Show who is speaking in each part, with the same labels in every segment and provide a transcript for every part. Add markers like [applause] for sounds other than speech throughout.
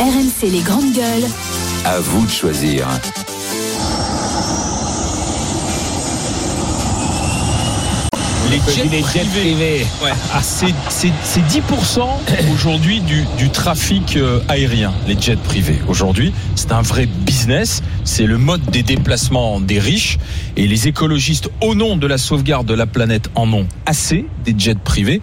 Speaker 1: RMC les grandes gueules.
Speaker 2: À vous de choisir.
Speaker 3: Les jets,
Speaker 4: Les jets
Speaker 3: privés.
Speaker 4: privés.
Speaker 3: Ouais. C'est- C'est c'est 10% aujourd'hui du, du trafic euh, aérien, les jets privés. Aujourd'hui, c'est un vrai business. C'est le mode des déplacements des riches. Et les écologistes, au nom de la sauvegarde de la planète, en ont assez des jets privés.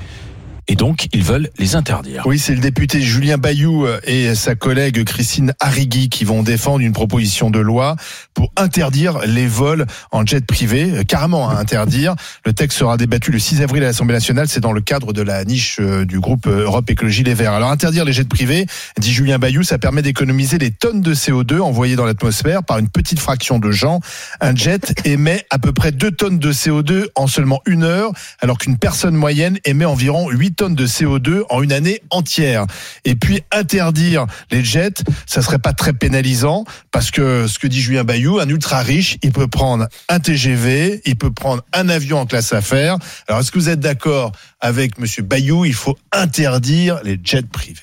Speaker 3: Et donc, ils veulent les interdire.
Speaker 5: Oui, c'est le député Julien Bayou euh, et sa collègue Christine Harigui qui vont défendre une proposition de loi pour interdire les vols en jet privé, euh, carrément à interdire. Le texte sera débattu le 6 avril à l'Assemblée nationale. C'est dans le cadre de la niche euh, du groupe euh, Europe Écologie Les Verts. Alors, interdire les jets privés, dit Julien Bayou, ça permet d'économiser les tonnes de CO2 envoyées dans l'atmosphère par une petite fraction de gens. Un jet émet à peu près 2 tonnes de CO2 en seulement une heure, alors qu'une personne moyenne émet environ 8 tonnes de CO2 en une année entière. Et puis interdire les jets, ça serait pas très pénalisant parce que ce que dit Julien Bayou, un ultra riche, il peut prendre un TGV, il peut prendre un avion en classe affaires. Alors est-ce que vous êtes d'accord avec monsieur Bayou, il faut interdire les jets privés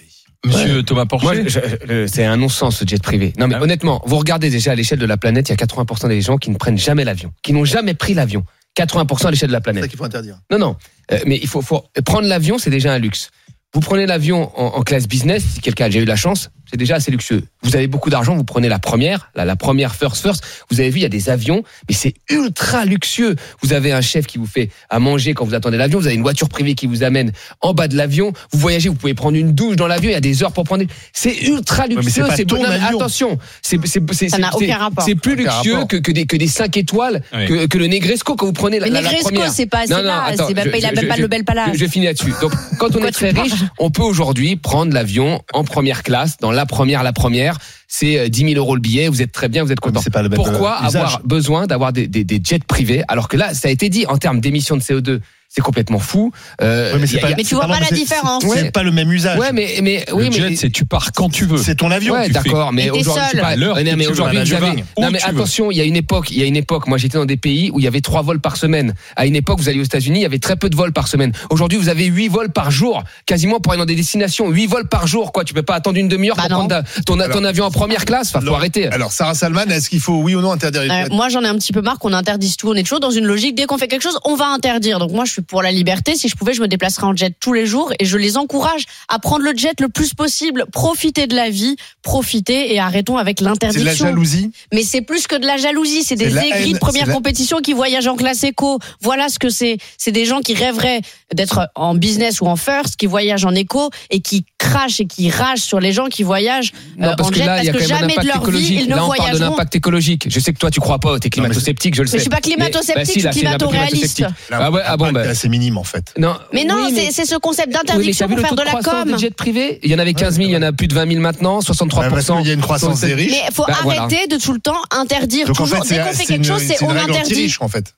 Speaker 3: Monsieur Thomas Porcher
Speaker 4: Moi, je- je- le- c'est un non-sens ce jet privé. Non, mais
Speaker 3: Ah oui.
Speaker 4: honnêtement, vous regardez déjà à l'échelle de la planète, il y a 80% des gens qui ne prennent jamais l'avion, qui n'ont jamais pris l'avion. 80% à l'échelle de la
Speaker 5: C'est
Speaker 4: planète.
Speaker 5: ça qu'il faut interdire.
Speaker 4: Non, non. Euh, mais il faut, faut- prendre l'avion, c'est déjà un luxe. Vous prenez l'avion en, en classe business, si quelqu'un a déjà eu la chance, c'est déjà assez luxueux. Vous avez beaucoup d'argent, vous prenez la première, la, la première first first. Vous avez vu, il y a des avions, mais c'est ultra luxueux. Vous avez un chef qui vous fait à manger quand vous attendez l'avion. Vous avez une voiture privée qui vous amène en bas de l'avion. Vous voyagez, vous pouvez prendre une douche dans l'avion. Il y a des heures pour prendre. C'est ultra
Speaker 5: mais c'est
Speaker 4: luxueux.
Speaker 5: pas
Speaker 4: c'est
Speaker 5: ton
Speaker 4: non, mais
Speaker 5: avion.
Speaker 4: Attention, c'est c'est- c'est-
Speaker 6: Ça
Speaker 4: c'est-
Speaker 6: n'a aucun
Speaker 4: c'est-
Speaker 6: rapport.
Speaker 4: c'est plus
Speaker 5: Aucun
Speaker 4: luxueux
Speaker 5: rapport.
Speaker 4: que, que des que des cinq étoiles
Speaker 3: Oui.
Speaker 4: que, que le Negresco quand vous prenez la,
Speaker 6: Mais
Speaker 4: la- la
Speaker 6: Negresco,
Speaker 4: première.
Speaker 6: c'est pas- c'est pas-
Speaker 4: attends,
Speaker 6: c'est même
Speaker 4: je-
Speaker 6: pas- il a
Speaker 4: je-
Speaker 6: même pas
Speaker 4: je-
Speaker 6: le bel palace.
Speaker 4: Je, je finis là-dessus. Donc, quand on
Speaker 6: Quoi,
Speaker 4: est
Speaker 6: tu
Speaker 4: très
Speaker 6: parles
Speaker 4: riche, on peut aujourd'hui prendre l'avion en première classe, dans la première, la première. C'est euh, 10 000 euros le billet, vous êtes très bien, vous êtes content.
Speaker 5: Mais Ah c'est pas le même,
Speaker 4: Pourquoi
Speaker 5: euh, usage.
Speaker 4: avoir besoin d'avoir des, des- des jets privés alors que là, ça a été dit en termes d'émissions de CO2, c'est complètement fou. Euh,
Speaker 5: Ouais, mais c'est
Speaker 4: y a-
Speaker 5: pas-
Speaker 4: y a-
Speaker 6: Mais tu vois
Speaker 5: pardon,
Speaker 6: pas la
Speaker 5: c'est-
Speaker 6: différence.
Speaker 5: C'est
Speaker 4: Ouais.
Speaker 5: c'est pas le même usage.
Speaker 4: ouais, mais, mais
Speaker 3: le
Speaker 4: oui, mais
Speaker 3: jet, c'est tu pars quand tu veux.
Speaker 5: C'est ton avion.
Speaker 4: Ouais,
Speaker 5: tu fais.
Speaker 4: d'accord, mais
Speaker 6: Et t'es
Speaker 4: aujourd'hui, je sais
Speaker 6: seul.
Speaker 4: pas,
Speaker 3: L'heure
Speaker 4: mais non,
Speaker 3: que
Speaker 4: mais
Speaker 3: tu veux,
Speaker 4: aujourd'hui,
Speaker 3: à la
Speaker 4: vous avez-
Speaker 3: Juvin, où
Speaker 4: non, mais
Speaker 3: tu veux.
Speaker 4: attention, il y a une époque, il y a une époque. Moi, j'étais dans des pays où il y avait trois vols par semaine. À une époque, vous alliez aux États-Unis, il y avait très peu de vols par semaine. Aujourd'hui, vous avez huit vols par jour, quasiment pour aller dans des destinations. Huit vols par jour, quoi. Tu peux pas attendre une demi-heure
Speaker 6: Bah
Speaker 4: pour
Speaker 6: non.
Speaker 4: prendre ta- ton, ton
Speaker 5: Alors-
Speaker 4: avion en première classe. Enfin, faut
Speaker 5: Non.
Speaker 4: arrêter.
Speaker 5: Alors, Sarah Salman, est-ce qu'il faut, oui ou non, interdire les
Speaker 6: Euh,
Speaker 5: jets
Speaker 6: moi, j'en ai un petit peu marre qu'on interdise tout. On est toujours dans une logique dès qu'on fait quelque chose, on va interdire. Donc moi, je suis pour la liberté. Si je pouvais, je me déplacerais en jet tous les jours et je les encourage à prendre le jet le plus possible, profiter de la vie, profiter et arrêtons avec
Speaker 5: C'est de la
Speaker 6: l'interdiction.
Speaker 5: jalousie
Speaker 6: Mais c'est plus que de la jalousie, c'est
Speaker 5: C'est de
Speaker 6: des
Speaker 5: la
Speaker 6: aigris
Speaker 5: haine,
Speaker 6: de première
Speaker 5: c'est de la-
Speaker 6: compétition qui voyagent en classe éco. Voilà ce que c'est. C'est des gens qui rêveraient d'être en business ou en first, qui voyagent en éco et qui crachent et qui ragent sur les gens qui voyagent
Speaker 4: Non,
Speaker 6: euh,
Speaker 4: parce
Speaker 6: en
Speaker 4: que
Speaker 6: jet
Speaker 4: là, il
Speaker 6: parce
Speaker 4: y a
Speaker 6: que
Speaker 4: quand même un
Speaker 6: jamais de
Speaker 4: impact
Speaker 6: leur vie,
Speaker 4: écologique.
Speaker 6: ils ne
Speaker 4: Là, on parle de
Speaker 6: voyageront.
Speaker 4: l'impact écologique. Je sais que toi, tu crois pas, t'es climato-sceptique, je le sais.
Speaker 6: Mais je suis pas climato-sceptique,
Speaker 4: Mais- bah, si,
Speaker 6: je
Speaker 4: là,
Speaker 6: suis
Speaker 4: c'est un peu
Speaker 6: climato-réaliste.
Speaker 4: climato-sceptique. Ah ouais, ah bon,
Speaker 5: L'impact
Speaker 4: bah.
Speaker 5: est assez minime, en fait.
Speaker 4: Non.
Speaker 6: Mais non,
Speaker 4: Oui,
Speaker 6: c'est- c'est ce concept
Speaker 4: Oui, mais t'as
Speaker 6: d'interdiction
Speaker 4: vu
Speaker 6: pour
Speaker 4: le
Speaker 6: faire
Speaker 4: taux
Speaker 6: de la
Speaker 4: croissance
Speaker 6: com.
Speaker 4: des jets privés Il y en avait 15 000, il y en a plus de 20 000 maintenant, 63
Speaker 5: Bah, parce qu'il y a une croissance des riches.
Speaker 6: Mais faut
Speaker 4: Bah, voilà.
Speaker 6: arrêter de tout le temps interdire.
Speaker 5: Donc, en
Speaker 6: Toujours,
Speaker 5: fait,
Speaker 6: dès qu'on
Speaker 5: c'est
Speaker 6: fait
Speaker 5: c'est
Speaker 6: quelque
Speaker 5: une,
Speaker 6: chose,
Speaker 5: c'est
Speaker 6: c'est
Speaker 5: une
Speaker 6: on
Speaker 5: règle
Speaker 6: interdit.
Speaker 5: anti-riche, en fait.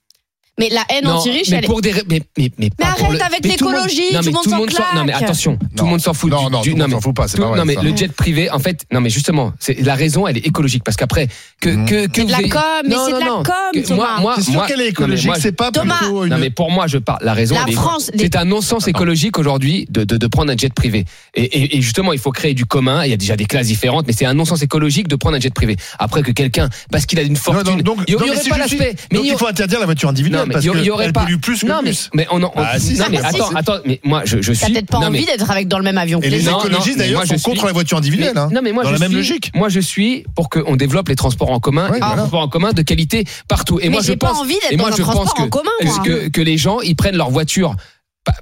Speaker 6: Mais la haine
Speaker 4: Non,
Speaker 6: anti-riche,
Speaker 4: mais
Speaker 6: elle est.
Speaker 4: pour des ra- mais mais mais, pas
Speaker 6: arrête
Speaker 4: pour le-
Speaker 6: avec
Speaker 4: mais tout le monde-
Speaker 6: l'écologie,
Speaker 4: non,
Speaker 6: tout
Speaker 4: mais
Speaker 6: le monde s'en
Speaker 4: s'en- Non mais
Speaker 6: claque.
Speaker 4: attention, tout le
Speaker 5: Non.
Speaker 4: monde s'en fout.
Speaker 5: Non,
Speaker 4: du,
Speaker 5: non,
Speaker 4: du-
Speaker 5: tout le monde
Speaker 4: mais-
Speaker 5: s'en fout pas, c'est pas
Speaker 4: tout-
Speaker 5: vrai,
Speaker 4: Non mais
Speaker 5: ça.
Speaker 4: le jet privé, en fait, non mais justement, c'est la raison, elle est écologique parce qu'après que
Speaker 5: Mm.
Speaker 4: que que
Speaker 6: C'est de la
Speaker 4: vous ayez-
Speaker 6: com, mais
Speaker 4: Non,
Speaker 6: c'est de la
Speaker 4: non, non,
Speaker 6: com,
Speaker 4: que-
Speaker 6: Thomas.
Speaker 4: Moi, moi,
Speaker 5: C'est sûr
Speaker 4: moi-
Speaker 5: qu'elle
Speaker 4: non,
Speaker 5: est
Speaker 4: mais
Speaker 5: écologique,
Speaker 4: moi, je-
Speaker 5: c'est pas
Speaker 6: Thomas.
Speaker 5: plutôt
Speaker 4: non
Speaker 5: une...
Speaker 4: mais pour moi je parle la raison
Speaker 6: Mhm. La
Speaker 4: elle est-
Speaker 6: France, les-
Speaker 4: c'est un non-sens
Speaker 5: Attends.
Speaker 4: écologique aujourd'hui de, de, de prendre un jet privé et, et, et justement il faut créer du commun il y a déjà des classes différentes mais c'est un non-sens écologique de prendre un jet privé après que quelqu'un parce qu'il a une
Speaker 5: Non,
Speaker 4: fortune
Speaker 5: non, donc,
Speaker 4: il y
Speaker 5: non,
Speaker 4: aurait
Speaker 5: mais si
Speaker 4: pas
Speaker 5: je suis-
Speaker 4: l'aspect mais
Speaker 5: donc
Speaker 4: il y
Speaker 5: il
Speaker 4: aurait-
Speaker 5: faut interdire la voiture individuelle
Speaker 4: non, mais
Speaker 5: parce
Speaker 4: il y- il y
Speaker 5: qu'elle
Speaker 4: aurait pas
Speaker 5: pollue plus que
Speaker 4: non, mais,
Speaker 5: plus.
Speaker 4: mais on en- on-
Speaker 5: Ah, si,
Speaker 4: non
Speaker 5: ça,
Speaker 4: mais
Speaker 5: ça,
Speaker 4: attends
Speaker 5: c'est-
Speaker 4: attends mais moi je, je
Speaker 6: T'as
Speaker 4: suis
Speaker 6: peut-être pas
Speaker 4: non, mais-
Speaker 6: envie d'être avec dans le même avion.
Speaker 5: Et les
Speaker 4: Non, non,
Speaker 5: écologistes,
Speaker 4: mais moi,
Speaker 5: d'ailleurs,
Speaker 4: je
Speaker 5: sont
Speaker 4: suis-
Speaker 5: contre la voiture
Speaker 4: mais-
Speaker 5: individuelle. hein.
Speaker 4: non mais moi
Speaker 5: Dans
Speaker 4: je
Speaker 5: la même
Speaker 4: suis,
Speaker 5: logique.
Speaker 4: moi je suis pour qu'on développe les transports en commun
Speaker 5: Ouais,
Speaker 4: et
Speaker 5: voilà.
Speaker 4: les transports en commun de qualité partout. Et
Speaker 6: Mais
Speaker 4: moi je
Speaker 6: j'ai pas
Speaker 4: pense
Speaker 6: envie d'être
Speaker 4: et moi
Speaker 6: dans un
Speaker 4: je
Speaker 6: transport
Speaker 4: pense que,
Speaker 6: en commun, moi.
Speaker 4: que que les gens ils prennent leur voiture pas- Bah,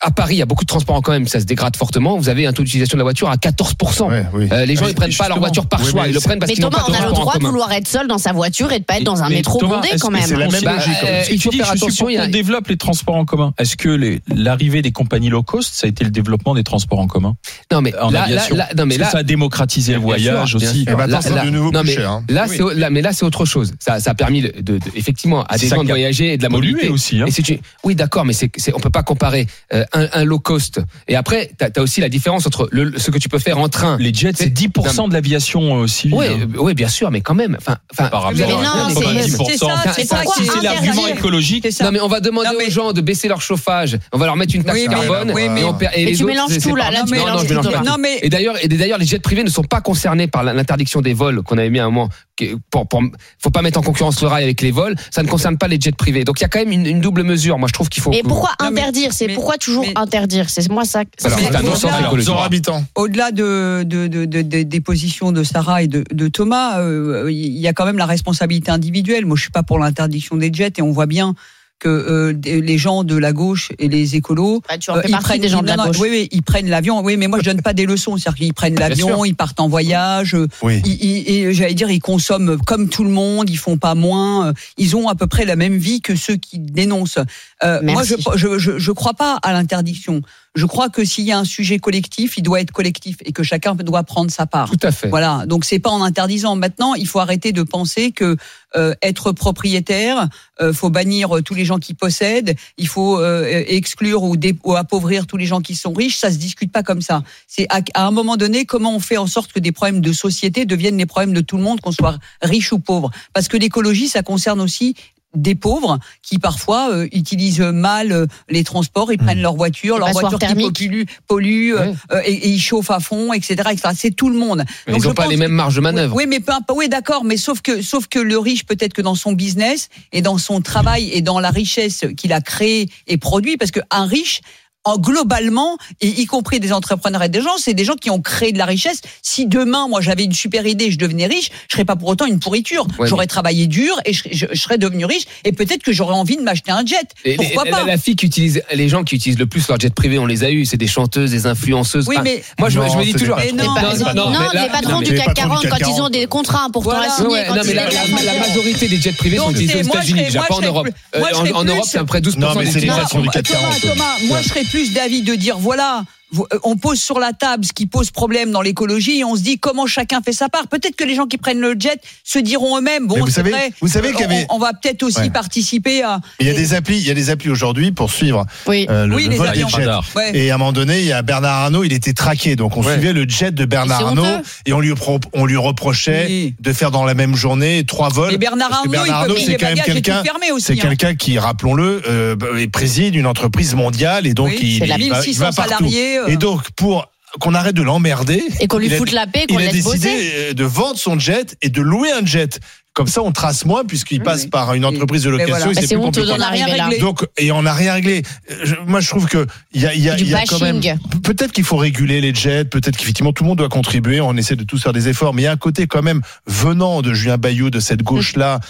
Speaker 4: à Paris, il y a beaucoup de transports quand même, ça se dégrade fortement. Vous avez un taux d'utilisation de la voiture à 14%.
Speaker 5: Ouais, oui.
Speaker 4: Euh, les gens
Speaker 5: Oui,
Speaker 4: ils prennent pas leur
Speaker 5: justement.
Speaker 4: voiture par
Speaker 5: Oui,
Speaker 4: choix,
Speaker 5: mais
Speaker 4: ils le
Speaker 5: c'est-
Speaker 4: prennent parce
Speaker 6: Mais
Speaker 4: qu'ils n'ont
Speaker 6: Thomas,
Speaker 4: pas de
Speaker 6: on a le
Speaker 4: transport en
Speaker 6: droit de
Speaker 4: commun.
Speaker 6: vouloir être seul dans sa voiture et de pas être dans un
Speaker 3: Mais
Speaker 6: métro
Speaker 3: Thomas,
Speaker 6: bondé
Speaker 3: est-ce
Speaker 6: quand
Speaker 3: que
Speaker 6: même.
Speaker 3: c'est la
Speaker 6: hein.
Speaker 3: même
Speaker 4: Bah,
Speaker 3: logique.
Speaker 4: euh,
Speaker 3: Ce que
Speaker 4: il faut
Speaker 3: tu dis,
Speaker 4: faire
Speaker 3: je suis
Speaker 4: attention,
Speaker 3: pour
Speaker 4: il y a-
Speaker 3: qu'on développe les transports en commun. Est-ce que les- l'arrivée des compagnies low cost, ça a été le développement des transports en commun
Speaker 4: Non mais
Speaker 3: en
Speaker 4: là, là,
Speaker 3: aviation
Speaker 4: là- non mais
Speaker 3: Est-ce que
Speaker 4: là,
Speaker 3: ça a démocratisé le
Speaker 4: Bien sûr,
Speaker 3: voyage
Speaker 4: bien
Speaker 3: aussi
Speaker 4: sûr.
Speaker 5: Eh ben,
Speaker 4: Là,
Speaker 5: attends, c'est
Speaker 4: là-
Speaker 5: de nouveau
Speaker 4: non,
Speaker 5: plus
Speaker 4: mais-
Speaker 5: cher, hein.
Speaker 4: Là,
Speaker 3: Oui.
Speaker 4: c'est, au- là, mais là, c'est autre chose. Ça, ça a permis, de, de- effectivement, à
Speaker 3: C'est
Speaker 4: des
Speaker 3: ça
Speaker 4: gens de
Speaker 3: qui a
Speaker 4: voyager et de la mobilité.
Speaker 3: Pollué aussi. hein.
Speaker 4: Et si tu- Oui, d'accord, mais c'est, c'est- on peut pas comparer euh, un, un low cost. Et après, t'as, t'as aussi la différence entre le, ce que tu peux faire en train.
Speaker 3: Les jets, c'est 10% de l'aviation euh, civile.
Speaker 4: Oui,
Speaker 3: hein.
Speaker 4: oui, bien sûr, mais quand même. Enfin, enfin.
Speaker 3: Par
Speaker 7: Mais
Speaker 3: rapport
Speaker 6: non,
Speaker 3: à
Speaker 6: c'est-
Speaker 3: 90%.
Speaker 7: C'est ça,
Speaker 4: Mais
Speaker 7: c'est ça
Speaker 6: pourquoi
Speaker 7: qui
Speaker 3: Si
Speaker 7: est
Speaker 4: Ah,
Speaker 3: c'est l'argument
Speaker 6: interdire.
Speaker 3: écologique.
Speaker 7: C'est ça.
Speaker 4: Non mais on va demander
Speaker 7: Non, mais-
Speaker 4: aux gens de baisser leur chauffage. On va leur mettre une taxe
Speaker 7: Oui, mais-
Speaker 4: carbone.
Speaker 7: oui, mais-
Speaker 4: et on perd- et
Speaker 6: Mais
Speaker 4: les
Speaker 6: tu
Speaker 4: autres,
Speaker 6: mélanges
Speaker 4: c'est-
Speaker 6: tout,
Speaker 4: c'est
Speaker 6: là.
Speaker 4: pas-
Speaker 6: Là,
Speaker 7: Non,
Speaker 6: tu
Speaker 7: mais-
Speaker 4: Non, non,
Speaker 6: mélanges
Speaker 4: je
Speaker 6: tout,
Speaker 4: mélange
Speaker 6: Thomas.
Speaker 4: pas.
Speaker 7: Non mais
Speaker 4: Et d'ailleurs, et d'ailleurs, les jets privés ne sont pas concernés par la- l'interdiction des vols qu'on avait mis à un moment. que- Pour, pour, faut pas mettre en concurrence le rail avec les vols. Ça ne concerne pas les jets privés. Donc il y a quand même une, une double mesure. Moi, je trouve qu'il faut.
Speaker 6: Et pourquoi
Speaker 7: Non, mais-
Speaker 6: interdire C'est
Speaker 7: mais-
Speaker 6: pourquoi toujours
Speaker 7: mais-
Speaker 6: interdire C'est moi ça. ça
Speaker 4: Alors,
Speaker 6: me-
Speaker 7: Mais-
Speaker 4: c'est un non-sens
Speaker 7: Alors,
Speaker 4: écologique.
Speaker 5: Zor habitant.
Speaker 7: au-delà de, de- de- de- de- des positions de Sarah et de, de Thomas, euh, il y a quand même la responsabilité individuelle. Moi, je suis pas pour l'interdiction des jets et on voit bien que euh, des- les gens de la gauche et les écolos
Speaker 6: Bah, tu en
Speaker 7: Euh,
Speaker 6: fais partie des gens de la
Speaker 7: non, non,
Speaker 6: gauche.
Speaker 7: Oui, oui, ils prennent l'avion. Oui, mais moi, je donne pas des leçons. C'est-à-dire qu'ils prennent l'avion, ils partent en voyage. euh,
Speaker 5: Oui.
Speaker 7: Ils, ils- et j'allais dire, ils consomment comme tout le monde. Ils font pas moins. euh, Ils ont à peu près la même vie que ceux qui dénoncent. Euh, moi,
Speaker 6: Merci.
Speaker 7: je, je, je, je crois pas à l'interdiction. Je crois que s'il y a un sujet collectif, il doit être collectif et que chacun doit prendre sa part.
Speaker 4: Tout à fait.
Speaker 7: Voilà, donc c'est pas en interdisant. Maintenant, il faut arrêter de penser que euh, être propriétaire, euh, faut bannir euh, tous les gens qui possèdent, il faut euh, exclure ou, dé- ou appauvrir tous les gens qui sont riches. Ça se discute pas comme ça. C'est à, à un moment donné comment on fait en sorte que des problèmes de société deviennent les problèmes de tout le monde, qu'on soit riche ou pauvre. Parce que l'écologie, ça concerne aussi des pauvres qui parfois euh, utilisent mal euh, les transports, ils prennent leur voiture,
Speaker 6: Les
Speaker 7: leur
Speaker 6: passoires
Speaker 7: voiture qui
Speaker 6: thermiques.
Speaker 7: pollue, pollue euh,
Speaker 4: Ouais.
Speaker 7: euh, et, et ils chauffent à fond, etc. etc. C'est tout le monde.
Speaker 4: Mais
Speaker 7: Donc,
Speaker 4: ils n'ont
Speaker 7: je
Speaker 4: pas
Speaker 7: pense
Speaker 4: les mêmes marges de manœuvre.
Speaker 7: oui, mais peu importe. Oui, d'accord, mais sauf que, sauf que le riche, peut-être que dans son business et dans son travail et dans la richesse qu'il a créée et produit, parce qu'un riche, en, globalement, et y compris des entrepreneurs et des gens, c'est des gens qui ont créé de la richesse. Si demain, moi, j'avais une super idée et je devenais riche, je serais pas pour autant une pourriture.
Speaker 4: Ouais,
Speaker 7: j'aurais travaillé dur et je, je- je serais devenu riche et peut-être que j'aurais envie de m'acheter un jet.
Speaker 4: Et les-
Speaker 7: Pourquoi
Speaker 4: la-
Speaker 7: pas
Speaker 4: La, la fille qui utilise, les gens qui utilisent le plus leur jet privé, on les a eu. C'est des chanteuses, des influenceuses.
Speaker 7: Oui,
Speaker 4: Enfin,
Speaker 7: mais
Speaker 4: moi, je,
Speaker 5: Non,
Speaker 4: je me dis
Speaker 5: c'est
Speaker 4: toujours.
Speaker 5: des
Speaker 7: patrons.
Speaker 6: Bah,
Speaker 7: Non,
Speaker 6: c'est-
Speaker 7: non,
Speaker 6: Non,
Speaker 4: mais là-
Speaker 6: les patrons
Speaker 4: non,
Speaker 6: du
Speaker 5: mais
Speaker 6: CAC
Speaker 5: les patrons
Speaker 6: 40,
Speaker 5: du
Speaker 6: quand
Speaker 5: CAC
Speaker 6: ils ont des contrats importants
Speaker 7: Voilà.
Speaker 6: à
Speaker 7: Ouais,
Speaker 6: signer,
Speaker 4: Ouais,
Speaker 6: quand
Speaker 4: non, mais
Speaker 6: ils
Speaker 4: la,
Speaker 6: mettent
Speaker 4: la-
Speaker 6: de
Speaker 4: la
Speaker 6: l'argent.
Speaker 4: majorité des jets privés sont
Speaker 7: Donc,
Speaker 4: utilisés
Speaker 7: c'est-
Speaker 4: aux
Speaker 7: moi, je
Speaker 4: États-Unis,
Speaker 7: serais-
Speaker 4: déjà
Speaker 7: moi,
Speaker 4: pas
Speaker 7: je
Speaker 4: en
Speaker 7: serais
Speaker 4: Europe.
Speaker 7: plus- moi,
Speaker 4: Euh,
Speaker 7: je
Speaker 4: en,
Speaker 7: serais
Speaker 4: en
Speaker 7: plus-
Speaker 4: Europe, c'est à peu près 12%
Speaker 5: Non, mais
Speaker 4: des
Speaker 5: c'est les
Speaker 4: jets.
Speaker 7: Non,
Speaker 5: patrons du CAC euh.
Speaker 7: Thomas,
Speaker 5: 40, Thomas.
Speaker 7: Thomas, Bah, moi je serais plus d'avis de dire voilà, vous- euh, on pose sur la table ce qui pose problème dans l'écologie et on se dit comment chacun fait sa part. Peut-être que les gens qui prennent le jet se diront eux-mêmes bon,
Speaker 5: Mais vous
Speaker 7: c'est
Speaker 5: savez-
Speaker 7: vrai,
Speaker 5: vous savez qu'il y
Speaker 7: on-
Speaker 5: avait-
Speaker 7: on, va peut-être aussi
Speaker 5: Ouais.
Speaker 7: participer à.
Speaker 5: Il y a des applis, il y a des applis aujourd'hui pour suivre
Speaker 6: Oui.
Speaker 5: euh, le,
Speaker 7: Oui,
Speaker 5: le
Speaker 7: les
Speaker 5: vol
Speaker 7: avions.
Speaker 5: des jets.
Speaker 3: Radar.
Speaker 7: Ouais.
Speaker 5: Et à un moment donné, il y a Bernard Arnault, il était traqué, donc on
Speaker 4: Ouais.
Speaker 5: suivait le jet de Bernard
Speaker 6: Et c'est
Speaker 5: Arnault
Speaker 6: honteux.
Speaker 5: et on lui pro- on lui reprochait
Speaker 7: Oui.
Speaker 5: de faire dans la même journée trois vols.
Speaker 7: Mais Bernard
Speaker 5: Parce que
Speaker 7: Arnault, il
Speaker 5: Bernard
Speaker 7: peut
Speaker 5: Arnault,
Speaker 7: payer
Speaker 5: c'est
Speaker 7: les
Speaker 5: quand même
Speaker 7: bagages et
Speaker 5: quelqu'un.
Speaker 7: tout fermer aussi.
Speaker 5: C'est
Speaker 7: hein.
Speaker 5: quelqu'un qui, rappelons-le, euh, bah, il préside une entreprise mondiale et donc
Speaker 7: Oui,
Speaker 5: il,
Speaker 7: c'est la
Speaker 5: il va, il
Speaker 7: 1600
Speaker 5: va partout.
Speaker 7: salariés, euh.
Speaker 5: Et donc pour qu'on arrête de l'emmerder,
Speaker 6: Et qu'on lui
Speaker 5: il a-
Speaker 6: foute la paix, qu'on
Speaker 5: il
Speaker 6: le
Speaker 5: a
Speaker 6: laisse
Speaker 5: décidé
Speaker 6: bosser.
Speaker 5: euh, de vendre son jet et de louer un jet. Comme ça, on trace moins puisqu'il
Speaker 7: Oui,
Speaker 5: passe
Speaker 7: oui.
Speaker 5: par une
Speaker 7: Et-
Speaker 5: entreprise de
Speaker 7: mais
Speaker 5: location.
Speaker 7: voilà.
Speaker 5: et
Speaker 7: Bah,
Speaker 5: c'est
Speaker 6: c'est
Speaker 5: plus
Speaker 6: honteux
Speaker 5: compliqué.
Speaker 6: d'en arriver là.
Speaker 7: réglé.
Speaker 5: Donc et on n'a rien réglé. Euh, je- moi, je trouve que il y a, il y a,
Speaker 6: Du
Speaker 5: il y a quand même.
Speaker 6: bashing.
Speaker 5: Pe- Peut-être qu'il faut réguler les jets. Peut-être qu'effectivement tout le monde doit contribuer. On essaie de tous faire des efforts, mais il y a un côté quand même venant de Julien Bayou de cette gauche là.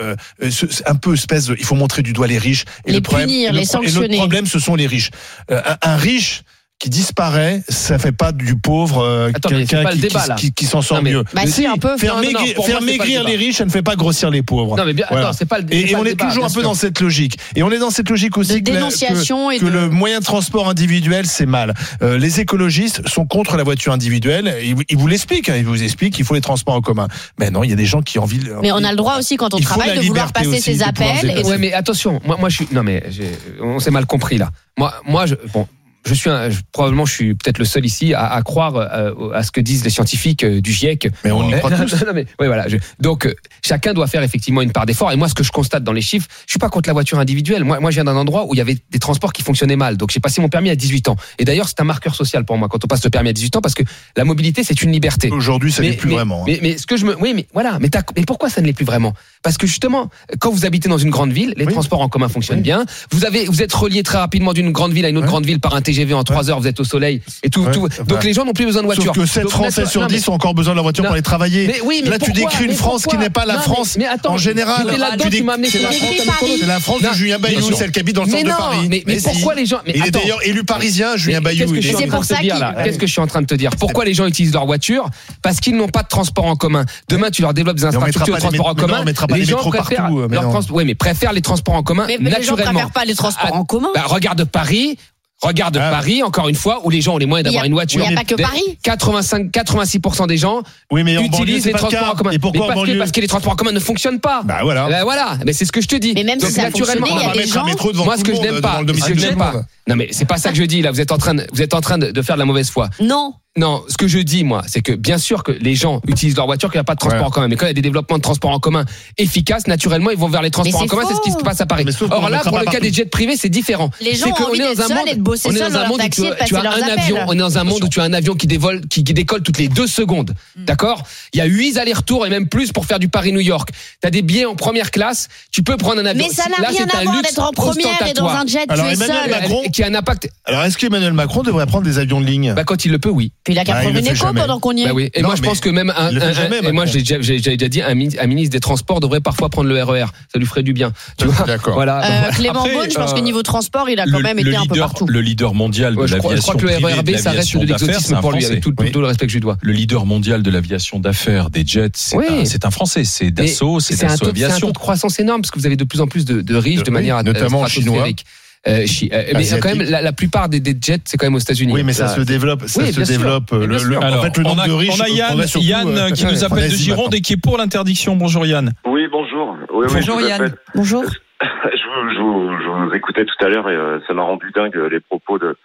Speaker 5: euh, euh, ce- c'est un peu espèce de, il faut montrer du doigt les riches
Speaker 6: Les
Speaker 5: problème-
Speaker 6: punir, les
Speaker 5: pro- et
Speaker 6: sanctionner.
Speaker 5: le problème ce sont les riches Euh, un, un riche qui disparaît ça fait pas du pauvre euh,
Speaker 4: Attends, mais c'est
Speaker 5: quelqu'un
Speaker 4: pas
Speaker 5: qui,
Speaker 4: le débat,
Speaker 5: qui-
Speaker 4: là.
Speaker 5: qui- qui s'en sort
Speaker 4: Non, mais-
Speaker 5: mieux
Speaker 6: Bah si, un peu.
Speaker 5: faire
Speaker 4: non, non,
Speaker 5: maigrir,
Speaker 4: pour
Speaker 5: faire
Speaker 4: moi, c'est pas le
Speaker 5: maigrir
Speaker 4: débat.
Speaker 5: les riches ça ne fait pas grossir les pauvres
Speaker 4: Non, mais bien,
Speaker 5: Voilà.
Speaker 4: attends, c'est pas le c'est
Speaker 5: et, et
Speaker 4: pas
Speaker 5: on
Speaker 4: le
Speaker 5: est
Speaker 4: débat,
Speaker 5: toujours un
Speaker 4: bien
Speaker 5: peu
Speaker 4: sûr.
Speaker 5: dans cette logique. Et on est dans cette logique
Speaker 6: De
Speaker 5: aussi que, la-
Speaker 6: dénonciation et
Speaker 5: que, que
Speaker 6: de.
Speaker 5: le moyen de transport individuel, c'est mal. Euh, les écologistes sont contre la voiture individuelle. Ils, vous- ils vous l'expliquent. hein. ils vous expliquent qu'il faut les transports en commun. Mais non, il y a des gens qui envient.
Speaker 6: Mais on a le droit aussi, quand on
Speaker 5: Il faut la
Speaker 6: travaille, de vouloir
Speaker 5: liberté aussi
Speaker 6: passer ses
Speaker 5: de pouvoir se
Speaker 6: appels. et de-
Speaker 5: déplacer.
Speaker 4: Ouais, mais attention, moi, moi je suis. Non, mais j'ai- on s'est mal compris là. Moi, moi je, bon, je suis un- je- probablement, je suis peut-être le seul ici à, à croire euh, à ce que disent les scientifiques euh, du GIEC.
Speaker 5: Mais on y croit
Speaker 4: [laughs] non,
Speaker 5: tous.
Speaker 4: non, mais- oui, voilà. je- donc, euh, chacun doit faire effectivement une part d'effort. Et moi, ce que je constate dans les chiffres, je suis pas contre la voiture individuelle. Moi, moi, je viens d'un endroit où il y avait des transports qui fonctionnaient mal. Donc, j'ai passé mon permis à 18 ans. Et d'ailleurs, c'est un marqueur social pour moi quand on passe le permis à 18 ans parce que la mobilité, c'est une liberté.
Speaker 5: Aujourd'hui, ça n'est plus
Speaker 4: mais,
Speaker 5: vraiment. hein.
Speaker 4: Mais, mais ce que je me, oui, mais voilà, mais, t'as- mais pourquoi ça ne l'est plus vraiment Parce que justement, quand vous habitez dans une grande ville, les
Speaker 5: Oui.
Speaker 4: transports en commun fonctionnent
Speaker 5: Oui.
Speaker 4: bien. Vous avez, vous êtes relié très rapidement d'une grande ville à une autre
Speaker 5: Ouais.
Speaker 4: grande ville par un TGV en 3 heures, vous êtes au soleil et tout.
Speaker 5: Ouais,
Speaker 4: tout.
Speaker 5: voilà.
Speaker 4: Donc les gens n'ont plus besoin de voiture.
Speaker 5: Sauf que 7
Speaker 4: Donc,
Speaker 5: Français
Speaker 4: nature-
Speaker 5: sur
Speaker 4: non, mais-
Speaker 5: 10 ont encore besoin de leur voiture
Speaker 4: Non.
Speaker 5: pour aller travailler.
Speaker 4: Mais oui, mais
Speaker 5: Là, tu
Speaker 4: pourquoi
Speaker 5: décris une
Speaker 4: Mais
Speaker 5: France qui
Speaker 4: pourquoi
Speaker 5: n'est pas la
Speaker 4: Non, mais-
Speaker 5: France
Speaker 4: mais attends,
Speaker 5: en général.
Speaker 4: j'étais là-dedans,
Speaker 5: Tu
Speaker 4: tu m'as amené
Speaker 5: décris-
Speaker 4: sur la France,
Speaker 5: C'est la France de
Speaker 4: Non,
Speaker 5: Julien
Speaker 4: bien
Speaker 5: Bayou,
Speaker 4: sûr.
Speaker 5: celle qui habite dans le
Speaker 4: Mais
Speaker 5: centre de
Speaker 4: non,
Speaker 5: Paris.
Speaker 4: mais- mais
Speaker 5: si.
Speaker 4: pourquoi les gens- mais
Speaker 5: Il est
Speaker 4: attends.
Speaker 5: d'ailleurs élu parisien, Julien
Speaker 4: Mais
Speaker 5: Bayou.
Speaker 4: Qu'est-ce que
Speaker 5: il
Speaker 4: je
Speaker 5: est
Speaker 4: suis en
Speaker 6: C'est
Speaker 5: élu.
Speaker 4: train
Speaker 6: pour
Speaker 4: de
Speaker 6: ça
Speaker 4: te dire
Speaker 6: qu'il-
Speaker 4: là
Speaker 6: Ouais.
Speaker 4: Qu'est-ce que je suis en train de te dire Pourquoi les gens utilisent leur voiture Parce qu'ils n'ont pas de transport en commun. Demain, tu leur développes des
Speaker 5: on mettra
Speaker 4: infrastructures de
Speaker 5: pas les
Speaker 4: transport en
Speaker 5: mét- mais non,
Speaker 4: commun.
Speaker 5: on mettra pas
Speaker 4: les
Speaker 5: les
Speaker 4: gens
Speaker 5: métros
Speaker 4: préfèrent
Speaker 5: partout, euh, mais
Speaker 4: leurs
Speaker 5: non.
Speaker 4: trans- ouais, mais préfèrent les transports en commun
Speaker 6: Mais, mais les gens ne
Speaker 4: naturellement.
Speaker 6: préfèrent pas les transports en commun.
Speaker 4: Bah, regarde Paris. Regarde
Speaker 5: Ah.
Speaker 4: Paris, encore une fois, où les gens ont les moyens
Speaker 6: Il y a-
Speaker 4: d'avoir une voiture.
Speaker 6: il y a pas que
Speaker 4: Des-
Speaker 6: Paris.
Speaker 4: 85, 86% des gens
Speaker 5: Oui, mais en banlieue,
Speaker 4: utilisent
Speaker 5: c'est
Speaker 4: les
Speaker 5: pas le
Speaker 4: transports
Speaker 5: cas.
Speaker 4: en commun.
Speaker 5: Et pourquoi
Speaker 4: Mais
Speaker 5: en
Speaker 4: parce, que,
Speaker 5: banlieue
Speaker 4: parce que les transports en commun ne fonctionnent pas.
Speaker 5: Bah voilà.
Speaker 4: Bah voilà, mais c'est ce que je te dis.
Speaker 6: Mais même si ça
Speaker 4: naturellement,
Speaker 6: fonctionnait,
Speaker 5: On
Speaker 6: il y a
Speaker 5: va
Speaker 6: des
Speaker 5: mettre un
Speaker 6: gens-
Speaker 5: métro devant
Speaker 4: moi,
Speaker 5: tout
Speaker 4: ce que
Speaker 5: le
Speaker 4: je
Speaker 5: monde,
Speaker 4: n'aime
Speaker 5: devant
Speaker 4: pas,
Speaker 5: le
Speaker 4: ce
Speaker 5: domicile
Speaker 4: que
Speaker 5: de
Speaker 4: je n'aime
Speaker 5: tout le
Speaker 4: pas.
Speaker 5: monde.
Speaker 4: Non, mais c'est pas ça que je dis. Là, vous êtes en train de, vous êtes en train de, de faire de la mauvaise foi.
Speaker 6: Non.
Speaker 4: Non, ce que je dis, moi, c'est que bien sûr que les gens utilisent leur voiture, qu'il n'y a pas de transport
Speaker 5: Ouais.
Speaker 4: en commun. Mais quand il y a des développements de transports en commun efficaces, naturellement, ils vont vers les transports
Speaker 6: c'est
Speaker 4: en commun. C'est ce qui se
Speaker 6: faux.
Speaker 4: passe à Paris.
Speaker 5: Mais sauf qu'on
Speaker 4: Or
Speaker 5: en
Speaker 4: là,
Speaker 5: mettra
Speaker 4: pour
Speaker 5: pas
Speaker 4: le cas
Speaker 5: partout.
Speaker 4: des jets privés, c'est différent.
Speaker 6: Les gens
Speaker 4: C'est
Speaker 6: ont
Speaker 4: qu'on
Speaker 6: envie
Speaker 4: est dans
Speaker 6: d'être
Speaker 4: un
Speaker 6: seuls
Speaker 4: monde-
Speaker 6: et de bosser
Speaker 4: on est
Speaker 6: seuls
Speaker 4: dans
Speaker 6: dans
Speaker 4: un
Speaker 6: leur
Speaker 4: monde où
Speaker 6: taxi,
Speaker 4: tu,
Speaker 6: de passer
Speaker 4: tu as
Speaker 6: leurs
Speaker 4: un
Speaker 6: appels.
Speaker 4: avion, on est dans un monde où tu as un avion qui dévole, qui, qui décolle toutes les deux secondes.
Speaker 6: Mm.
Speaker 4: D'accord? Il y a huit allers-retours et même plus pour faire du Paris-New York. T'as des billets en première classe, tu peux prendre un avion.
Speaker 6: Mais ça n'a
Speaker 4: Là,
Speaker 6: rien
Speaker 4: c'est
Speaker 6: à
Speaker 4: un
Speaker 6: voir
Speaker 4: luxe
Speaker 6: d'être en première et dans
Speaker 4: ostentatoire.
Speaker 6: un jet, tu
Speaker 5: Alors,
Speaker 6: es
Speaker 5: Emmanuel
Speaker 6: seul.
Speaker 5: Macron-
Speaker 4: qui a un impact.
Speaker 5: Alors, est-ce qu'Emmanuel Macron devrait prendre des avions de ligne
Speaker 4: Bah, quand il le peut, oui.
Speaker 6: Puis il a qu'à
Speaker 5: Ah, il
Speaker 6: prendre
Speaker 5: le
Speaker 6: une
Speaker 5: fait
Speaker 6: écho
Speaker 5: jamais.
Speaker 6: pendant qu'on y est.
Speaker 4: Bah oui. Et
Speaker 5: Non,
Speaker 4: moi, je
Speaker 5: mais
Speaker 4: pense que même un,
Speaker 5: il le fait
Speaker 4: un-
Speaker 5: jamais,
Speaker 4: un- et moi,
Speaker 5: Macron.
Speaker 4: j'ai déjà, j'ai- j'ai déjà dit un, min- un ministre des Transports devrait parfois prendre le RER. Ça lui ferait du bien. Tu vois.
Speaker 5: D'accord.
Speaker 4: Voilà.
Speaker 6: Euh, Clément
Speaker 3: Après,
Speaker 6: Beaune, je pense
Speaker 3: euh,
Speaker 6: que niveau transport, il a quand même été un peu
Speaker 3: leader,
Speaker 6: partout.
Speaker 3: le leader mondial de
Speaker 4: Ouais, je, crois, je
Speaker 3: l'aviation
Speaker 4: crois que le
Speaker 3: privée, de
Speaker 4: RERB, ça reste
Speaker 3: l'aviation
Speaker 4: de
Speaker 3: d'affaires, c'est
Speaker 4: l'exotisme
Speaker 3: un
Speaker 4: pour lui, avec
Speaker 3: Français.
Speaker 4: tout, tout
Speaker 5: Oui.
Speaker 4: le respect que je lui dois.
Speaker 3: Le leader mondial de l'aviation d'affaires, des jets, c'est
Speaker 4: Oui.
Speaker 3: un, c'est un Français, c'est
Speaker 4: Mais
Speaker 3: Dassault, c'est
Speaker 4: c'est un,
Speaker 3: Dassault
Speaker 4: taux, c'est un taux
Speaker 3: Aviation.
Speaker 4: de croissance énorme parce que vous avez de plus en plus de, de riches
Speaker 5: De-
Speaker 4: de,
Speaker 5: oui,
Speaker 4: manière
Speaker 5: notamment
Speaker 4: euh, stratosphérique. Euh, chi- euh, mais
Speaker 5: Asiatique.
Speaker 4: quand même, la, la plupart des, des jets, c'est quand même aux États-Unis.
Speaker 5: Oui, mais ça
Speaker 4: Là,
Speaker 5: se développe. Ça
Speaker 4: Oui,
Speaker 5: se
Speaker 4: bien sûr.
Speaker 5: développe. euh,
Speaker 4: Mais
Speaker 5: Le,
Speaker 4: bien
Speaker 5: le-
Speaker 4: sûr.
Speaker 5: en
Speaker 3: Alors,
Speaker 5: fait, le
Speaker 3: on
Speaker 5: nombre
Speaker 3: a,
Speaker 5: de riches.
Speaker 3: on a Yann,
Speaker 5: progresse surtout,
Speaker 3: Yann,
Speaker 5: euh,
Speaker 3: qui nous appelle de
Speaker 5: progresse
Speaker 3: Gironde
Speaker 5: maintenant.
Speaker 3: et qui est pour l'interdiction. Bonjour Yann.
Speaker 8: Oui, bonjour. Oui, oui,
Speaker 7: Bonjour,
Speaker 8: tout à
Speaker 7: Yann.
Speaker 8: fait.
Speaker 6: Bonjour.
Speaker 8: Je vous, je vous- je vous écoutais tout à l'heure et euh, ça m'a rendu dingue euh, les propos de,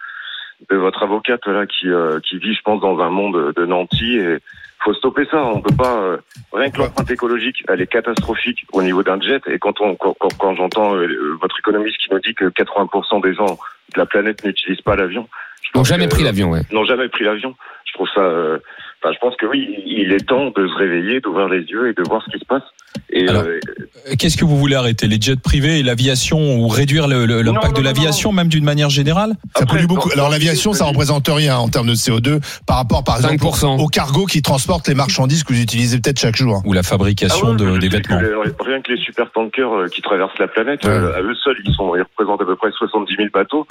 Speaker 8: de votre avocate là qui, euh, qui vit, je pense, dans un monde de nantis. Et faut stopper ça. On peut pas euh, rien que l'empreinte écologique, elle est catastrophique au niveau d'un jet. Et quand on quand, quand- quand j'entends euh, votre économiste qui nous dit que 80% des gens de la planète n'utilisent pas l'avion, je
Speaker 4: Ils n'ont
Speaker 8: pense
Speaker 4: jamais
Speaker 8: que-
Speaker 4: pris l'avion, ouais.
Speaker 8: n'ont jamais pris l'avion. Je trouve ça. euh, Enfin, je pense que oui, il est temps de se réveiller, d'ouvrir les yeux et de voir ce qui se passe. Et,
Speaker 3: Alors,
Speaker 8: euh,
Speaker 3: Euh, Qu'est-ce que vous voulez arrêter Les jets privés et l'aviation ou réduire le- le-
Speaker 8: Non, non,
Speaker 3: l'impact de
Speaker 8: non,
Speaker 3: l'aviation, même d'une manière générale
Speaker 5: Ça
Speaker 8: Après,
Speaker 5: pollue beaucoup.
Speaker 8: dans-
Speaker 5: Alors l'aviation, ça représente rien en termes de CO2 par rapport, par exemple,
Speaker 4: 5%.
Speaker 5: au cargo qui transporte les marchandises que vous utilisez peut-être chaque jour.
Speaker 3: Ou la fabrication
Speaker 8: Ah ouais, je
Speaker 3: de- des
Speaker 8: sais que
Speaker 3: vêtements
Speaker 8: les- rien que les supertankers euh, qui traversent la planète, euh, à eux seuls, ils, sont, ils représentent à peu près 70 000 bateaux.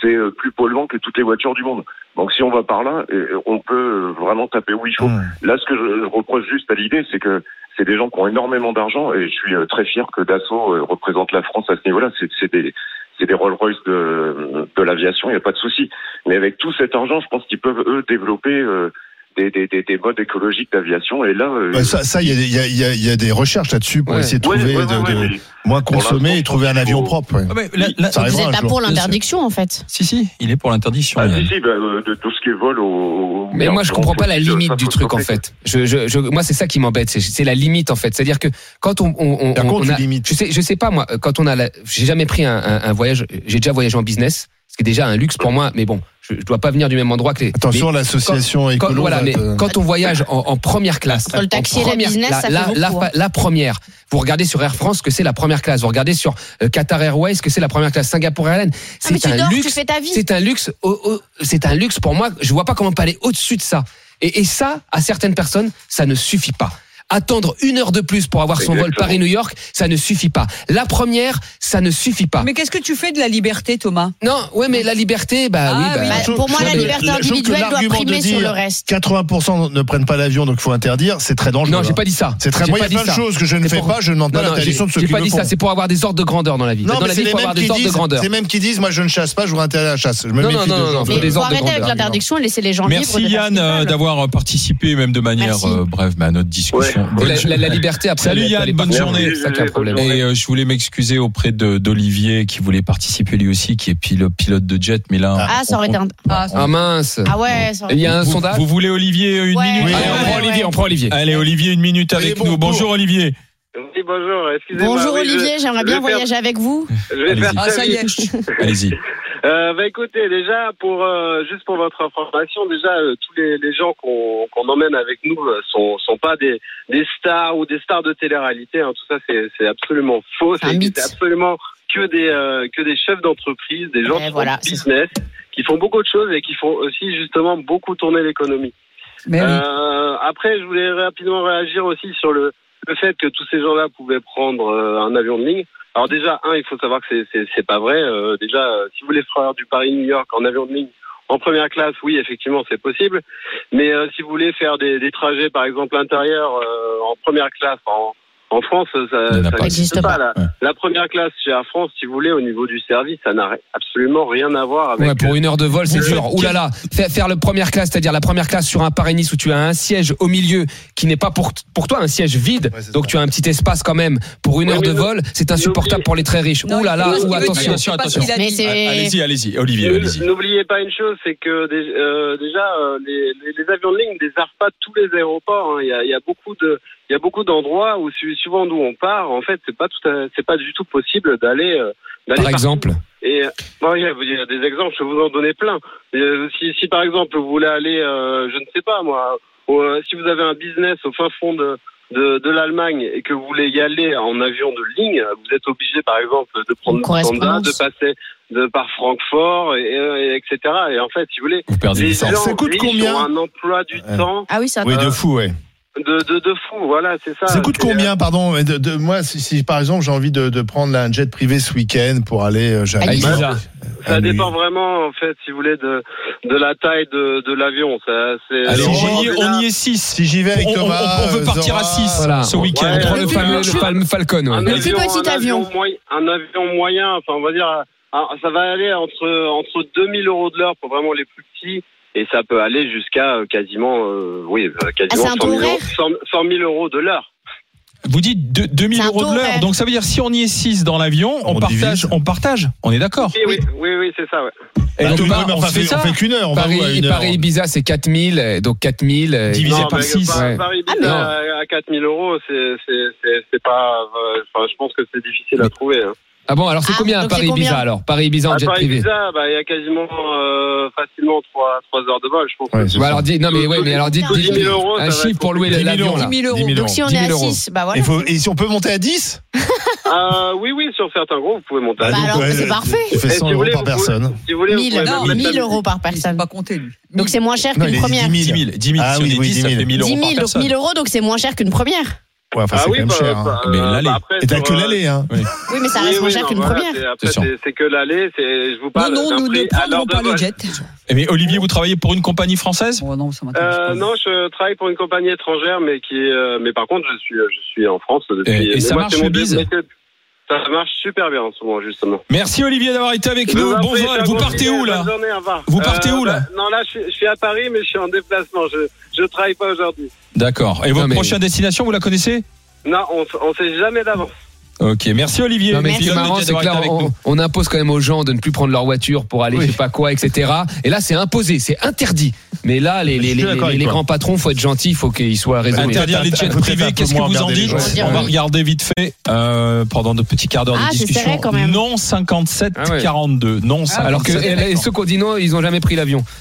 Speaker 8: C'est euh, plus polluant que toutes les voitures du monde. Donc si on va par là, euh, on peut euh, vraiment taper où il faut.
Speaker 5: Mmh.
Speaker 8: Là, ce que je, je reproche juste à l'idée, c'est que c'est des gens qui ont énormément d'argent et je suis euh, très fier que Dassault euh, représente la France à ce niveau-là. C'est- C'est des c'est des Rolls-Royce de, de l'aviation, il n'y a pas de souci. Mais avec tout cet argent, je pense qu'ils peuvent, eux, développer euh, des, des, des, des modes écologiques d'aviation. Et là... euh,
Speaker 5: Bah, ça, ça, il y a des- il y, a- il y a- il y a des recherches là-dessus pour
Speaker 4: Ouais.
Speaker 5: essayer de
Speaker 8: ouais,
Speaker 5: trouver
Speaker 8: ouais,
Speaker 5: de,
Speaker 8: ouais,
Speaker 5: de
Speaker 8: ouais, mais-
Speaker 5: moins
Speaker 8: Pour
Speaker 5: consommer et
Speaker 8: l'instant,
Speaker 5: trouver un avion
Speaker 8: faut-
Speaker 5: propre. ouais.
Speaker 3: Ah, mais la- la-
Speaker 5: Ça
Speaker 6: Vous
Speaker 5: arrivera
Speaker 6: êtes
Speaker 5: un
Speaker 6: là
Speaker 5: jour.
Speaker 6: pour l'interdiction, en fait.
Speaker 3: Si, si, il est pour l'interdiction.
Speaker 8: Ah,
Speaker 3: Yann.
Speaker 8: si, si, bah, euh, de tout ce qui est vol au. au-
Speaker 4: Mais moi, je
Speaker 8: on
Speaker 4: comprends
Speaker 8: faut-
Speaker 4: pas la
Speaker 8: ça,
Speaker 4: limite
Speaker 8: faut
Speaker 4: du truc en
Speaker 8: stopper.
Speaker 4: fait. Je, je, je- moi, c'est ça qui m'embête. C'est- C'est la limite en fait. C'est-à-dire que quand on, on, on,
Speaker 5: Par contre,
Speaker 4: on a-
Speaker 5: tu limites.
Speaker 4: je sais, je sais pas moi. Quand on a, la- j'ai jamais pris un, un, un voyage. J'ai déjà voyagé en business, ce qui est déjà un luxe pour moi. Mais bon, je, je dois pas venir du même endroit que les.
Speaker 5: Attention,
Speaker 4: mais
Speaker 5: l'association
Speaker 4: quand,
Speaker 5: écolo.
Speaker 4: voilà,
Speaker 5: là,
Speaker 4: mais
Speaker 5: de-
Speaker 4: quand on voyage en, en première classe,
Speaker 6: Entre le
Speaker 4: en
Speaker 6: taxi et la
Speaker 4: première-
Speaker 6: business, ça fait
Speaker 4: la, la,
Speaker 6: beaucoup, hein.
Speaker 4: la première. Vous regardez sur Air France ce que c'est la première classe. Vous regardez sur euh, Qatar Airways ce que c'est la première classe. Singapour Airlines,
Speaker 6: Ah, mais
Speaker 4: c'est
Speaker 6: tu
Speaker 4: un
Speaker 6: dors, tu
Speaker 4: luxe.
Speaker 6: fais ta vie.
Speaker 4: C'est un luxe. oh, oh, c'est un luxe pour moi. Je vois pas comment on peut aller au-dessus de ça. Et, et ça, à certaines personnes, ça ne suffit pas. Attendre une heure de plus pour avoir son vol
Speaker 8: Exactement.
Speaker 4: Paris-New York, ça ne suffit pas. La première, ça ne suffit pas.
Speaker 7: Mais qu'est-ce que tu fais de la liberté, Thomas
Speaker 4: Non, ouais, mais la liberté, bah
Speaker 7: Ah,
Speaker 4: oui, bah,
Speaker 7: oui.
Speaker 6: Bah,
Speaker 5: Je-
Speaker 6: pour moi,
Speaker 5: je-
Speaker 6: la
Speaker 5: je-
Speaker 6: liberté
Speaker 5: je- je-
Speaker 6: individuelle doit
Speaker 5: l'argument de
Speaker 6: primer sur
Speaker 5: dire
Speaker 6: le reste.
Speaker 5: 80% ne prennent pas l'avion, donc faut interdire. C'est très dangereux.
Speaker 4: non, j'ai
Speaker 5: hein.
Speaker 4: pas dit ça.
Speaker 5: C'est très.
Speaker 4: J'ai
Speaker 5: Moi, il y
Speaker 4: pas
Speaker 5: a
Speaker 4: dit
Speaker 5: plein de
Speaker 4: ça.
Speaker 5: choses que je ne
Speaker 4: C'est
Speaker 5: fais
Speaker 4: pour-
Speaker 5: pas. Je ne demande pas
Speaker 4: Non, non, j'ai
Speaker 5: l'interdiction de ceux
Speaker 4: j'ai
Speaker 5: qui
Speaker 4: pas
Speaker 5: le
Speaker 4: dit
Speaker 5: font.
Speaker 4: ça, c'est pour avoir des ordres de grandeur dans la vie.
Speaker 5: Non,
Speaker 4: dans
Speaker 5: mais
Speaker 4: la
Speaker 5: c'est
Speaker 4: vie, il
Speaker 5: les
Speaker 4: faut avoir
Speaker 5: mêmes
Speaker 4: des
Speaker 5: qui
Speaker 4: ordres de
Speaker 5: disent.
Speaker 4: grandeur.
Speaker 5: C'est les mêmes qui disent, moi, je ne chasse pas, je veux interdire à la chasse. Je me
Speaker 4: Non,
Speaker 5: méfie
Speaker 4: non,
Speaker 5: de
Speaker 4: non,
Speaker 5: ce
Speaker 4: non,
Speaker 5: genre
Speaker 4: faut
Speaker 5: de-
Speaker 6: Mais
Speaker 4: des
Speaker 6: faut
Speaker 4: ordres de
Speaker 6: arrêter avec
Speaker 4: grandeur.
Speaker 6: l'interdiction et laisser les gens libres.
Speaker 3: Merci
Speaker 6: de faire ce
Speaker 3: Yann
Speaker 6: qu'ils
Speaker 3: euh,
Speaker 6: veulent.
Speaker 3: d'avoir participé, même de manière
Speaker 6: Merci.
Speaker 3: euh, brève, mais à notre discussion.
Speaker 8: Ouais.
Speaker 3: Bonne
Speaker 4: La, la- la liberté après.
Speaker 3: Salut,
Speaker 4: elle est-
Speaker 3: Yann,
Speaker 4: elle est
Speaker 3: bonne
Speaker 4: pas-
Speaker 3: journée.
Speaker 4: C'est ça qui est un problème.
Speaker 3: Et euh, je voulais m'excuser auprès de d'Olivier qui voulait participer lui aussi, qui est pilote, pilote de jet, mais là.
Speaker 6: Ah, ça aurait été un.
Speaker 7: Ah,
Speaker 4: Ah mince.
Speaker 6: Ah ouais, ça aurait
Speaker 4: Il y a un
Speaker 3: vous,
Speaker 4: sondage.
Speaker 3: vous voulez Olivier une
Speaker 6: Ouais. Ah,
Speaker 3: minute
Speaker 5: Oui.
Speaker 4: Allez,
Speaker 5: Ouais,
Speaker 4: on prend
Speaker 6: ouais,
Speaker 4: Olivier,
Speaker 6: ouais.
Speaker 4: on prend Olivier.
Speaker 3: Allez Olivier, une minute
Speaker 5: Soyez
Speaker 3: avec
Speaker 5: bon
Speaker 3: nous.
Speaker 5: cours.
Speaker 3: Bonjour
Speaker 5: [laughs]
Speaker 3: Olivier.
Speaker 8: Oui, bonjour, excusez-moi.
Speaker 6: Bonjour
Speaker 8: oui, je-
Speaker 6: Olivier, j'aimerais
Speaker 8: je
Speaker 6: bien
Speaker 8: vais faire-
Speaker 6: voyager avec vous.
Speaker 8: Je vais
Speaker 3: Allez-y.
Speaker 8: faire
Speaker 7: Ah,
Speaker 8: très
Speaker 7: ça y est.
Speaker 8: vite.
Speaker 3: Allez-y.
Speaker 8: Euh, bah, écoutez, déjà, pour, euh, juste pour votre information, déjà, euh, tous les, les gens qu'on qu'on emmène avec nous euh, sont, sont pas des, des stars ou des stars de télé-réalité. hein. Tout ça, c'est c'est absolument faux.
Speaker 6: C'est un
Speaker 8: C'est
Speaker 6: mythe.
Speaker 8: c'est absolument que des euh, que des chefs d'entreprise, des gens
Speaker 6: Eh
Speaker 8: qui
Speaker 6: voilà,
Speaker 8: font du business, qui font beaucoup de choses et qui font aussi justement beaucoup tourner l'économie.
Speaker 7: Mais Ben oui.
Speaker 8: Euh, après, je voulais rapidement réagir aussi sur le, le fait que tous ces gens-là pouvaient prendre euh, un avion de ligne. Alors déjà, un, il faut savoir que c'est- c'est c'est pas vrai. Euh, déjà, euh, si vous voulez faire du Paris-New York en avion de ligne, en première classe, oui, effectivement, c'est possible. Mais euh, si vous voulez faire des, des trajets, par exemple, intérieur euh, en première classe en, en France, ça
Speaker 3: Il y en a
Speaker 8: ça n'existe
Speaker 3: pas.
Speaker 6: N'existe
Speaker 8: pas.
Speaker 6: pas.
Speaker 8: La, la première classe chez Air France, si vous voulez, au niveau du service, ça n'a absolument rien à voir avec...
Speaker 4: Ouais, pour une heure de vol, c'est
Speaker 3: Vous
Speaker 4: dur.
Speaker 3: faites-
Speaker 4: Ouh là là, faire, faire le première classe, c'est-à-dire la première classe sur un Paris-Nice où tu as un siège au milieu qui n'est pas pour, pour toi un siège vide,
Speaker 5: Ouais, c'est
Speaker 4: donc
Speaker 5: ça.
Speaker 4: tu as un petit espace quand même pour une
Speaker 8: Oui,
Speaker 4: heure
Speaker 8: mais
Speaker 4: de
Speaker 8: non.
Speaker 4: vol, c'est insupportable pour les très riches.
Speaker 7: Non,
Speaker 4: Ouh là là,
Speaker 7: il faut
Speaker 4: ou
Speaker 7: pas ce qu'il veut
Speaker 4: attention.
Speaker 7: dire, c'est pas ce
Speaker 3: attention.
Speaker 7: qu'il a
Speaker 6: Mais
Speaker 7: dit.
Speaker 6: c'est.
Speaker 3: Allez-y, allez-y, Olivier, allez-y.
Speaker 8: N'oubliez pas une chose, c'est que dé- euh, déjà euh, les, les- les avions de ligne ne desservent pas tous les aéroports. hein. Il y, a, il y a beaucoup de, il y a beaucoup d'endroits où su- suivant d'où on part, en fait, c'est pas tout, à- c'est pas du tout possible d'aller. euh, d'aller
Speaker 4: Par exemple,
Speaker 8: et euh, bon, il y a- il y a des exemples, je vais vous en donner plein. Euh, si, si par exemple vous voulez aller, euh, je ne sais pas moi, au- euh, si vous avez un business au fin fond de, de, de l'Allemagne et que vous voulez y aller en avion de ligne, vous êtes obligé par exemple de prendre
Speaker 6: Une
Speaker 8: le Lufthansa,
Speaker 6: correspondance.
Speaker 8: de passer de, par Francfort, et, euh, et- et etc. Et en fait, si vous voulez,
Speaker 3: Vous perdez
Speaker 8: les
Speaker 3: du
Speaker 8: gens
Speaker 3: temps.
Speaker 5: Ça coûte
Speaker 8: riches
Speaker 5: combien
Speaker 8: ont un emploi du
Speaker 5: Ouais.
Speaker 8: temps
Speaker 6: Ah oui, ça.
Speaker 5: Oui, de fou, ouais.
Speaker 8: de, de, de fou, voilà, c'est ça.
Speaker 5: Ça coûte
Speaker 8: C'est,
Speaker 5: combien, pardon de, de- Moi, si, si, par exemple j'ai envie de, de prendre là, un jet privé ce week-end pour aller, euh, j'arrive.
Speaker 6: Ah, il-
Speaker 4: Ibiza.
Speaker 8: Ça
Speaker 5: Ah,
Speaker 8: dépend
Speaker 5: oui.
Speaker 8: vraiment, en fait, si vous voulez, de, de la taille de, de l'avion. Ça, c'est,
Speaker 3: Allez,
Speaker 5: Alors,
Speaker 3: on, y est,
Speaker 8: Laurent
Speaker 3: on
Speaker 8: Bonnard,
Speaker 3: y est 6.
Speaker 5: Si j'y vais avec
Speaker 3: On, on-
Speaker 5: Thomas,
Speaker 3: on veut
Speaker 5: euh,
Speaker 3: partir à
Speaker 5: Zora,
Speaker 3: 6
Speaker 4: voilà.
Speaker 3: ce week-end.
Speaker 8: Ouais,
Speaker 4: entre
Speaker 8: ouais,
Speaker 4: le
Speaker 8: ouais.
Speaker 4: fameux
Speaker 8: Le plus-
Speaker 4: Fal- Falcon.
Speaker 7: Ah,
Speaker 4: ouais.
Speaker 8: un
Speaker 6: Le plus petit
Speaker 8: un
Speaker 6: avion.
Speaker 8: moyen- un avion moyen, enfin, on va dire, ah, ça va aller entre, entre 2000 euros de l'heure pour vraiment les plus petits. Et ça peut aller jusqu'à euh, quasiment, euh, oui, euh, quasiment
Speaker 6: Ah, c'est un
Speaker 8: 100, 000
Speaker 6: taux
Speaker 8: euros, 100 100 000 euros de l'heure.
Speaker 3: Vous dites de- 2000
Speaker 6: hein. C'est un
Speaker 3: euros de
Speaker 6: taux
Speaker 3: l'heure.
Speaker 6: horaire.
Speaker 3: Donc ça veut dire si on y est 6 dans l'avion, on,
Speaker 5: On
Speaker 3: partage,
Speaker 5: divise.
Speaker 3: on partage. On est d'accord.
Speaker 8: Oui, oui, oui, oui, c'est ça, ouais.
Speaker 4: Et
Speaker 5: Bah,
Speaker 4: donc,
Speaker 5: oui,
Speaker 4: bah,
Speaker 5: mais
Speaker 4: on
Speaker 5: enfin,
Speaker 4: se fait
Speaker 5: on
Speaker 4: ça.
Speaker 5: fait qu'une heure, on va où à
Speaker 4: Paris,
Speaker 5: une heure
Speaker 4: Paris Ibiza, c'est 4000, euh, donc 4000. euh,
Speaker 3: Divisé
Speaker 8: Non,
Speaker 3: par
Speaker 8: mais
Speaker 3: six.
Speaker 8: Par,
Speaker 4: Ouais.
Speaker 8: Paris
Speaker 6: Ah,
Speaker 8: Bid
Speaker 4: mais-
Speaker 8: à, à 4000 euros, c'est, c'est, c'est, c'est pas, euh, enfin, je pense que c'est difficile à trouver. hein.
Speaker 4: Ah bon, alors c'est
Speaker 6: Ah,
Speaker 4: combien
Speaker 6: donc
Speaker 4: Paris
Speaker 6: c'est
Speaker 4: Ibiza
Speaker 6: combien
Speaker 4: alors Paris Ibiza en
Speaker 8: À
Speaker 4: jet
Speaker 8: Paris
Speaker 4: privé.
Speaker 8: Ibiza, bah, il y a quasiment euh, facilement 3, trois heures de vol, je pense.
Speaker 5: Ouais,
Speaker 8: que
Speaker 5: c'est
Speaker 4: Ouais,
Speaker 5: ça.
Speaker 4: alors dis, non mais ouais, mais alors dites
Speaker 6: 10
Speaker 8: 000 euros, ça
Speaker 4: un
Speaker 8: va
Speaker 4: chiffre
Speaker 8: être
Speaker 4: pour louer
Speaker 5: 10 000
Speaker 4: l'avion
Speaker 5: euros.
Speaker 4: là.
Speaker 7: 10 000 euros.
Speaker 5: 10 000
Speaker 6: Donc si on
Speaker 4: 10
Speaker 6: est
Speaker 4: 000
Speaker 6: à
Speaker 4: euros.
Speaker 6: 6, bah
Speaker 5: Et,
Speaker 6: voilà.
Speaker 5: faut- et si on peut monter à 10
Speaker 8: Euh, oui, oui, sur certains groupes, vous pouvez monter. à
Speaker 6: Bah
Speaker 8: deux.
Speaker 6: alors, c'est parfait.
Speaker 5: Tu fais
Speaker 8: Et si
Speaker 5: 100
Speaker 8: vous
Speaker 5: euros
Speaker 8: voulez,
Speaker 5: par
Speaker 8: vous pouvez-
Speaker 5: personne.
Speaker 8: si vous voulez, vous
Speaker 6: 1000,
Speaker 8: pouvez
Speaker 7: non,
Speaker 8: même mettre
Speaker 6: 1000
Speaker 8: la-
Speaker 6: euros par
Speaker 7: Il ne
Speaker 6: personne.
Speaker 7: pas compter, lui.
Speaker 6: Donc c'est moins cher
Speaker 5: Non,
Speaker 6: qu'une
Speaker 5: il est
Speaker 6: première.
Speaker 5: 10
Speaker 3: 10 000, 10 000,
Speaker 5: Ah
Speaker 3: si on
Speaker 5: oui,
Speaker 3: est 10,
Speaker 5: 10
Speaker 3: ça
Speaker 5: 000.
Speaker 3: fait 1000 euros
Speaker 6: 10 000,
Speaker 3: par
Speaker 6: donc
Speaker 3: personne.
Speaker 6: 1000 euros, donc c'est moins cher qu'une première.
Speaker 5: Ouais, enfin,
Speaker 8: Ah
Speaker 5: c'est
Speaker 8: oui,
Speaker 5: quand même
Speaker 8: bah,
Speaker 5: cher. hein.
Speaker 8: bah,
Speaker 3: Mais
Speaker 8: euh,
Speaker 3: l'aller.
Speaker 8: bah, après,
Speaker 5: Et t'as
Speaker 8: sur,
Speaker 5: que
Speaker 8: euh,
Speaker 5: l'aller, hein.
Speaker 6: Oui, mais ça
Speaker 8: oui,
Speaker 6: reste moins
Speaker 8: oui,
Speaker 6: cher
Speaker 8: non,
Speaker 6: qu'une
Speaker 8: voilà,
Speaker 6: première.
Speaker 8: c'est- Après,
Speaker 3: C'est sûr.
Speaker 8: c'est c'est que l'aller, c'est, je vous
Speaker 7: Non,
Speaker 8: parle
Speaker 7: non,
Speaker 8: d'un
Speaker 7: nous ne
Speaker 8: prix à l'heure
Speaker 7: prendrons
Speaker 8: de
Speaker 7: pas le
Speaker 8: vol.
Speaker 7: jet.
Speaker 3: Eh Mais Olivier, vous travaillez pour une compagnie française
Speaker 7: Oh non, ça m'intéresse
Speaker 8: Euh,
Speaker 7: pas.
Speaker 8: non, je travaille pour une compagnie étrangère, mais qui, est, euh, mais par contre, je suis, je suis en France depuis.
Speaker 3: Et- et
Speaker 8: mais
Speaker 3: ça
Speaker 8: moi,
Speaker 3: marche,
Speaker 8: c'est mon
Speaker 3: le bise
Speaker 8: métier. Ça marche super bien en ce moment, justement.
Speaker 3: Merci Olivier d'avoir été avec nous.
Speaker 8: Je vous en
Speaker 3: Bon
Speaker 8: prie,
Speaker 3: vol.
Speaker 8: Pierre
Speaker 3: Vous
Speaker 8: Gauthier,
Speaker 3: partez où là
Speaker 8: bonne journée, au revoir.
Speaker 3: Vous partez
Speaker 8: Euh,
Speaker 3: où, là
Speaker 8: bah, Non, là, je suis, je suis à Paris, mais je suis en déplacement. Je, je travaille pas aujourd'hui.
Speaker 3: D'accord. Et
Speaker 4: Non,
Speaker 3: votre
Speaker 4: mais-
Speaker 3: prochaine destination, vous la connaissez
Speaker 8: Non, on, s- on sait jamais d'avance.
Speaker 3: Ok, merci Olivier.
Speaker 4: Non mais
Speaker 3: Merci
Speaker 4: ce qui est
Speaker 3: d'avoir
Speaker 4: marrant,
Speaker 3: été
Speaker 4: c'est que là,
Speaker 3: avec nous.
Speaker 4: on, on impose quand même aux gens de ne plus prendre leur voiture pour aller je sais pas quoi, etc. Et là, c'est imposé, c'est interdit. Mais là, les,
Speaker 5: Je
Speaker 4: les,
Speaker 5: suis
Speaker 4: les,
Speaker 5: d'accord
Speaker 4: les
Speaker 5: avec toi.
Speaker 4: grands patrons, faut être gentil, faut qu'ils soient raisonnables.
Speaker 3: Interdire les
Speaker 5: Peut-être un-
Speaker 3: jets
Speaker 5: peut-être un
Speaker 3: privés,
Speaker 5: peu
Speaker 3: qu'est-ce que
Speaker 5: moins
Speaker 3: vous en
Speaker 5: regarder les
Speaker 3: dites
Speaker 5: gens.
Speaker 3: On va regarder vite fait euh, pendant de petits quarts d'heure
Speaker 6: Ah,
Speaker 3: de
Speaker 6: c'est
Speaker 3: discussion.
Speaker 6: serré, quand même.
Speaker 3: Non 57
Speaker 4: Ah ouais.
Speaker 3: 42. Non 57.
Speaker 4: Alors que et- et ceux qu'on dit non, ils ont jamais pris l'avion.